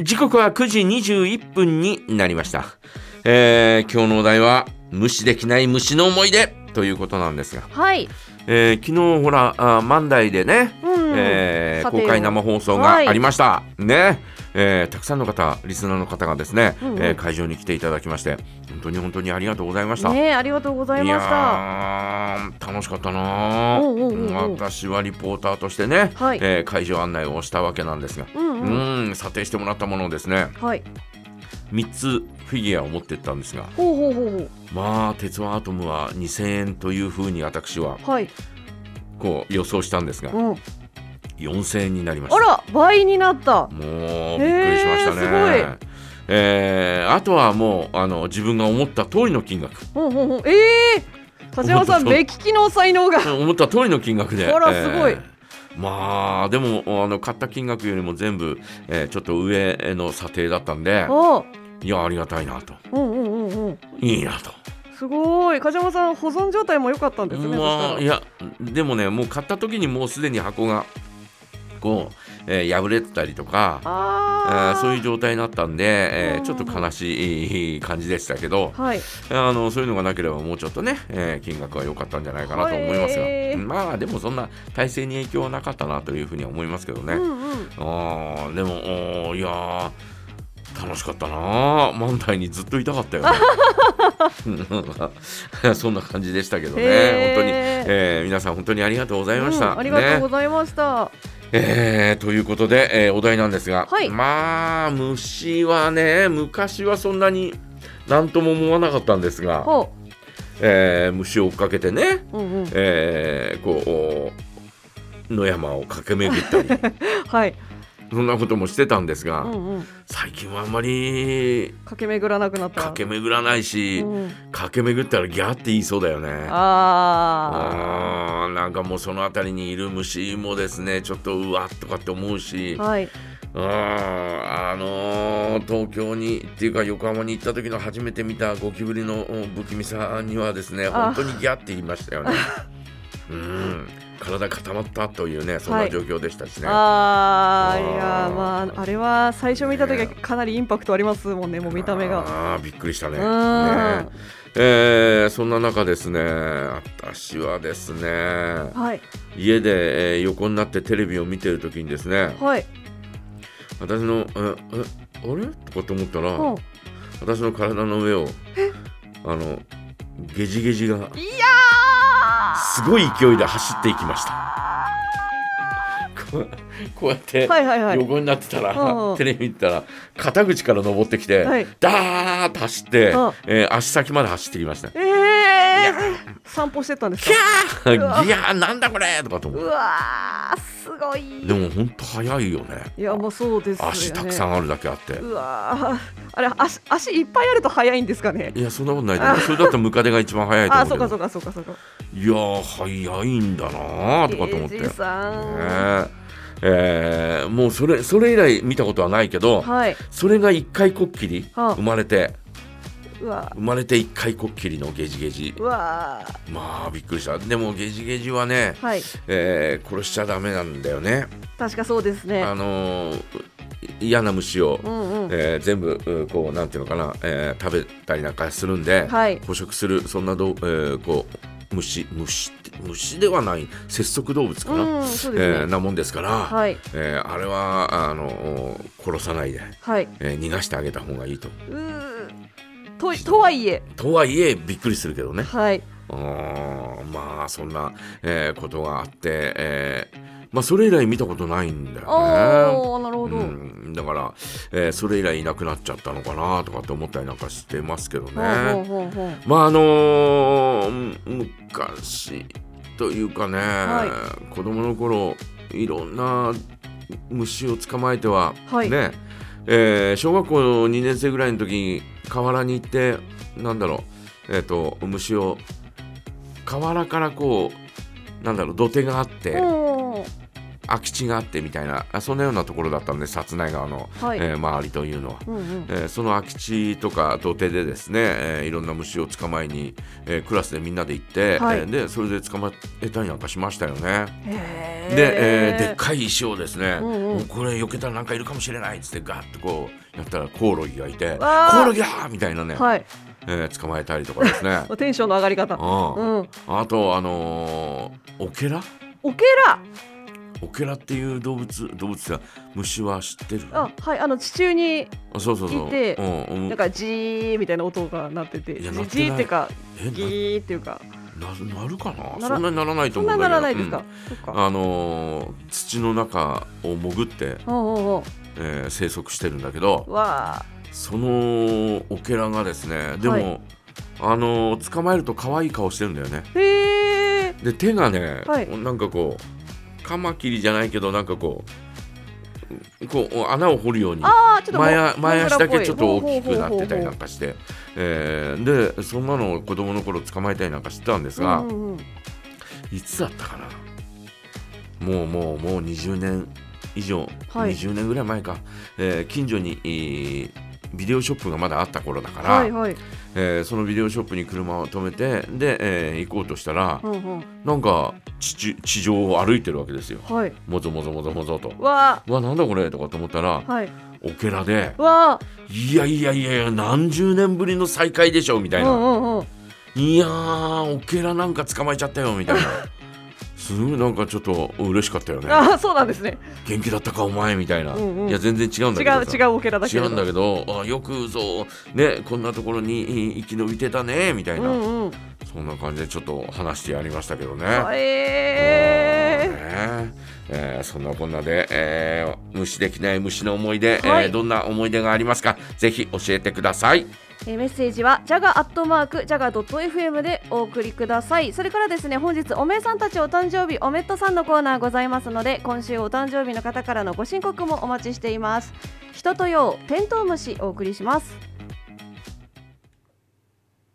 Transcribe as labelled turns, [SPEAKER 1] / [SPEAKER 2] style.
[SPEAKER 1] 時刻は9時21分になりました、えー今日のお題は無視できない虫の思い出ということなんですが、
[SPEAKER 2] はい。
[SPEAKER 1] えー昨日ほらあ万代でね、
[SPEAKER 2] うん
[SPEAKER 1] えー
[SPEAKER 2] さてよ
[SPEAKER 1] 公開生放送がありました、ね、えーたくさんの方リスナーの方がですね、
[SPEAKER 2] うんうん
[SPEAKER 1] えー会場に来ていただきまして本当に本当にありがとうございました、
[SPEAKER 2] ねえありがとうござい
[SPEAKER 1] い
[SPEAKER 2] ました。
[SPEAKER 1] やー楽しかったなー
[SPEAKER 2] おうおうおうおう
[SPEAKER 1] 私はリポーターとしてね、
[SPEAKER 2] はい
[SPEAKER 1] えー会場案内をしたわけなんですが、
[SPEAKER 2] うん
[SPEAKER 1] う
[SPEAKER 2] うん。
[SPEAKER 1] ーん査定してもらったものをですね
[SPEAKER 2] はい。
[SPEAKER 1] 3つフィギュアを持ってったんですが
[SPEAKER 2] ほうほうほうほ
[SPEAKER 1] まあ鉄腕アトムは2000円というふうに私は
[SPEAKER 2] う。はい。
[SPEAKER 1] こう予想したんですが
[SPEAKER 2] うん。
[SPEAKER 1] 4000円になりまし
[SPEAKER 2] あ
[SPEAKER 1] た
[SPEAKER 2] ら倍になった。
[SPEAKER 1] も
[SPEAKER 2] へ
[SPEAKER 1] う
[SPEAKER 2] ー
[SPEAKER 1] びっくりしましたね、
[SPEAKER 2] すご
[SPEAKER 1] えーあとはもうあの自分が思った通りの金額
[SPEAKER 2] ほうほうほう。ええー。立山さ
[SPEAKER 1] ほんとそ
[SPEAKER 2] ん
[SPEAKER 1] う
[SPEAKER 2] 目利きの才 能が。
[SPEAKER 1] 思った通りの金額で。
[SPEAKER 2] あらすごい
[SPEAKER 1] まあでもあの買った金額よりも全部、えーちょっと上の査定だったんで
[SPEAKER 2] あ。
[SPEAKER 1] いやありがたいなと
[SPEAKER 2] うんうんうんうん。
[SPEAKER 1] いいなと
[SPEAKER 2] すごい。梶山さん保存状態も良かったんですね。
[SPEAKER 1] まあいやでもねもう買った時にもうすでに箱がこう、えー破れてたりとかえ
[SPEAKER 2] ああ
[SPEAKER 1] ーそういう
[SPEAKER 2] 状
[SPEAKER 1] 状態になったんで、えー
[SPEAKER 2] うん
[SPEAKER 1] ちょっと悲しい感じでしたけど、
[SPEAKER 2] はい。
[SPEAKER 1] あのそういうのがなければもうちょっとね、えー金額は良かったんじゃないかなと思いますが、
[SPEAKER 2] はい
[SPEAKER 1] まあでもそんな体制に影響はなかったなというふうには思いますけどね、
[SPEAKER 2] うんうん。
[SPEAKER 1] あーでもおーいやー楽しかったなー漫才にずっといたかったよね そんな感じでしたけどね
[SPEAKER 2] へ
[SPEAKER 1] 本
[SPEAKER 2] ー
[SPEAKER 1] 当に、えー皆さん本当にありがとうございました、
[SPEAKER 2] うんありがとう
[SPEAKER 1] ね
[SPEAKER 2] ございました。
[SPEAKER 1] えーということで、えーお題なんですが、
[SPEAKER 2] はい
[SPEAKER 1] まあ虫はね昔はそんなに何とも思わなかったんですが、
[SPEAKER 2] ほ
[SPEAKER 1] えー虫を追っかけてね、
[SPEAKER 2] う。うんうん。
[SPEAKER 1] えーこう野山を駆け巡った り
[SPEAKER 2] はい。
[SPEAKER 1] そんなこともしてたんですが、
[SPEAKER 2] うんうん。
[SPEAKER 1] 最近はあんまり
[SPEAKER 2] 駆け巡らなくなった。
[SPEAKER 1] 駆け巡らないし、
[SPEAKER 2] うん
[SPEAKER 1] 駆け巡ったらギャーって言いそうだよね。
[SPEAKER 2] あ
[SPEAKER 1] あーなんかもうその辺りにいる虫もですねちょっとうわっとかって思うし
[SPEAKER 2] あ。はい。
[SPEAKER 1] うんあのー東京にっていうか横浜に行った時の初めて見たゴキブリのうん不気味さにはですね
[SPEAKER 2] あ
[SPEAKER 1] 本当にギャって言いました よね。うん体固まったというねそんな状況でしたしね。
[SPEAKER 2] あーいや
[SPEAKER 1] あー
[SPEAKER 2] ーまああれは最初見た時はかなりインパクトありますもんねもう見た目が
[SPEAKER 1] あーびっくりしたね。
[SPEAKER 2] うん
[SPEAKER 1] ねえーそんな中ですね私はですね
[SPEAKER 2] はい
[SPEAKER 1] 家で、えー横になってテレビを見てる時にですね
[SPEAKER 2] はい
[SPEAKER 1] 私の「ええあれ?」とかと思ったら。
[SPEAKER 2] うん
[SPEAKER 1] 私の体の上をあのゲジゲジが
[SPEAKER 2] いや
[SPEAKER 1] すごい勢いで走っていきましたこうこうやって
[SPEAKER 2] はいはいはい
[SPEAKER 1] 横になってたら、
[SPEAKER 2] うんうん
[SPEAKER 1] テレビ見てたら肩口から登ってきて、
[SPEAKER 2] はい
[SPEAKER 1] ダーッと走って、
[SPEAKER 2] うん
[SPEAKER 1] えー足先まで走ってきました。
[SPEAKER 2] ええ散歩してたんです
[SPEAKER 1] キ
[SPEAKER 2] か
[SPEAKER 1] ャー ギャーなんだこれとかと思
[SPEAKER 2] う
[SPEAKER 1] う
[SPEAKER 2] わーすごい
[SPEAKER 1] でも本当早いよね
[SPEAKER 2] いやもうそうですよね
[SPEAKER 1] 足たくさんあるだけあって
[SPEAKER 2] うわーあれ足足いっぱいあると早いんですかね
[SPEAKER 1] いやそんなことないと思うそれだったらムカデが一番早いと
[SPEAKER 2] あ
[SPEAKER 1] 思う
[SPEAKER 2] ー
[SPEAKER 1] け
[SPEAKER 2] そう
[SPEAKER 1] ど
[SPEAKER 2] かそうかそうかそうか
[SPEAKER 1] いやー早いんだなーとかと思って
[SPEAKER 2] ゲジさん
[SPEAKER 1] ねえーもうそれそれ以来見たことはないけど、
[SPEAKER 2] はい
[SPEAKER 1] それが一回こっきり
[SPEAKER 2] はあ
[SPEAKER 1] 生まれて、
[SPEAKER 2] うわ
[SPEAKER 1] 生まれて一回こっきりのゲジゲジ
[SPEAKER 2] ーうわー
[SPEAKER 1] まあびっくりしたでもゲジゲジはね、
[SPEAKER 2] はい
[SPEAKER 1] えー殺しちゃダメなんだよね
[SPEAKER 2] 確かそうですね
[SPEAKER 1] あのー嫌な虫を、
[SPEAKER 2] うんうん
[SPEAKER 1] えー全部うこうなんていうのかな、えー食べたりなんかするんで、
[SPEAKER 2] はい
[SPEAKER 1] 捕食するそんなどう、えーこう虫虫って虫ではない節足動物かな、
[SPEAKER 2] うんそうですね
[SPEAKER 1] えーなもんですから、
[SPEAKER 2] はい
[SPEAKER 1] えーあれはあの殺さないで、
[SPEAKER 2] はい
[SPEAKER 1] えー逃がしてあげた方がいいと。
[SPEAKER 2] うーととはいえ
[SPEAKER 1] とはいえびっくりするけどね。
[SPEAKER 2] はい、
[SPEAKER 1] うーんまあそんな、えーことがあって、えーまあ、それ以来見たことないんだよね。
[SPEAKER 2] おーなるほど、
[SPEAKER 1] うん、だから、えーそれ以来いなくなっちゃったのかなとかって思ったりなんかしてますけどね。
[SPEAKER 2] ほうほうほうほう
[SPEAKER 1] まああのーむ昔というかね、
[SPEAKER 2] は
[SPEAKER 1] 子供の頃いろんな虫を捕まえては、
[SPEAKER 2] はい
[SPEAKER 1] ね、えー小学校の2年生ぐらいの時に河原に行ってなんだろう、えー、と虫を河原からこうなんだろう土手があって、
[SPEAKER 2] おー
[SPEAKER 1] 空き地があってみたいなあそんなようなところだったんで薩内川の、
[SPEAKER 2] はい
[SPEAKER 1] えー周りというのは。
[SPEAKER 2] うんうん
[SPEAKER 1] えーその空き地とか土手でですね、えーいろんな虫を捕まえに、えークラスでみんなで行って、
[SPEAKER 2] はい
[SPEAKER 1] えーでそれで捕まえたりなんかしましたよね。
[SPEAKER 2] へー
[SPEAKER 1] で、えーでっかい石をですね、
[SPEAKER 2] うんう
[SPEAKER 1] も
[SPEAKER 2] ん
[SPEAKER 1] うこれ避けたらなんかいるかもしれないっつってガッとこうやったらコオロギがいて「
[SPEAKER 2] わー
[SPEAKER 1] コオロギだ!」みたいなね、
[SPEAKER 2] はい。
[SPEAKER 1] えー捕まえたりとかですね
[SPEAKER 2] テンションの上がり方う
[SPEAKER 1] あ
[SPEAKER 2] ん
[SPEAKER 1] あとあのーオケラ
[SPEAKER 2] オケラ
[SPEAKER 1] オケラっていう動物動物っていうか虫は知ってる
[SPEAKER 2] あはいあの地中に
[SPEAKER 1] あそうそうそう
[SPEAKER 2] いて
[SPEAKER 1] うんうん
[SPEAKER 2] なんかジーみたいな音が鳴ってて
[SPEAKER 1] い
[SPEAKER 2] ジ
[SPEAKER 1] や
[SPEAKER 2] ー
[SPEAKER 1] 鳴ってない
[SPEAKER 2] ジーっていうか
[SPEAKER 1] え
[SPEAKER 2] ギーっていうか
[SPEAKER 1] なななるかな
[SPEAKER 2] なら
[SPEAKER 1] そんなにならないと
[SPEAKER 2] そ
[SPEAKER 1] 思
[SPEAKER 2] ん
[SPEAKER 1] うだけど
[SPEAKER 2] なんならないですか、そっ
[SPEAKER 1] うん
[SPEAKER 2] か
[SPEAKER 1] あのー土の中を潜って、
[SPEAKER 2] おうおうお
[SPEAKER 1] えー生息してるんだけど
[SPEAKER 2] うわあ
[SPEAKER 1] そのオケラがですねでも、
[SPEAKER 2] はい
[SPEAKER 1] あのー捕まえると可愛い顔してるんだよね
[SPEAKER 2] へえ
[SPEAKER 1] で手がね、
[SPEAKER 2] はい
[SPEAKER 1] なんかこうカマキリじゃないけどなんかこうこう穴を掘るように
[SPEAKER 2] ああちょっとも
[SPEAKER 1] 前あ前足だけちょっと
[SPEAKER 2] モン
[SPEAKER 1] 大き
[SPEAKER 2] ブ
[SPEAKER 1] く
[SPEAKER 2] ラ
[SPEAKER 1] な
[SPEAKER 2] ン
[SPEAKER 1] っ
[SPEAKER 2] っぽ
[SPEAKER 1] て
[SPEAKER 2] い
[SPEAKER 1] たりなんかして、えーでそんなのを子供の頃捕まえたりなんかしてたんですが、
[SPEAKER 2] うんうんうん
[SPEAKER 1] いつだったかなもうもうもう20年以上、
[SPEAKER 2] はい
[SPEAKER 1] 20年ぐらい前か、えー近所に、えービデオショップがまだあった頃だから、
[SPEAKER 2] はいはい
[SPEAKER 1] えーそのビデオショップに車を止めてで、えー行こうとしたら、
[SPEAKER 2] うんうん
[SPEAKER 1] なんか地中地上を歩いてるわけですよ
[SPEAKER 2] はい
[SPEAKER 1] もぞもぞもぞもぞと。
[SPEAKER 2] わ
[SPEAKER 1] うわなんだこれとかと思ったら、
[SPEAKER 2] あはい
[SPEAKER 1] オケラで
[SPEAKER 2] わあ
[SPEAKER 1] いやいやいやいや何十年ぶりの再会でしょみた
[SPEAKER 2] う
[SPEAKER 1] い
[SPEAKER 2] ん
[SPEAKER 1] な、
[SPEAKER 2] うんうん
[SPEAKER 1] いやーオケラなんか捕まえちゃったよみたいなすごいなんかちょっと嬉しかったよね
[SPEAKER 2] ああそうなんですね
[SPEAKER 1] 元気だったかお前みたいな、
[SPEAKER 2] うんうん
[SPEAKER 1] いや全然違うんだ
[SPEAKER 2] 違
[SPEAKER 1] けど
[SPEAKER 2] う
[SPEAKER 1] さ
[SPEAKER 2] 違うオケラだけ
[SPEAKER 1] 違うんだ
[SPEAKER 2] け
[SPEAKER 1] けどあよくぞねこんなところにい生き延びてたねみたいな、
[SPEAKER 2] うんうん
[SPEAKER 1] そんな感じでちょっと話してやりましたけどね。
[SPEAKER 2] ええ
[SPEAKER 1] うんねえーそんなこんなで、えー無視できない虫の思い出、
[SPEAKER 2] はい
[SPEAKER 1] えーどんな思い出がありますかぜひ教えてください。
[SPEAKER 2] えーメッセージはジャガアットマークジャガドット FM でお送りくださいそれからですね本日おめえさんたちお誕生日おめっとさんのコーナーございますので今週お誕生日の方からのご申告もお待ちしています人とようテントウムシお送りします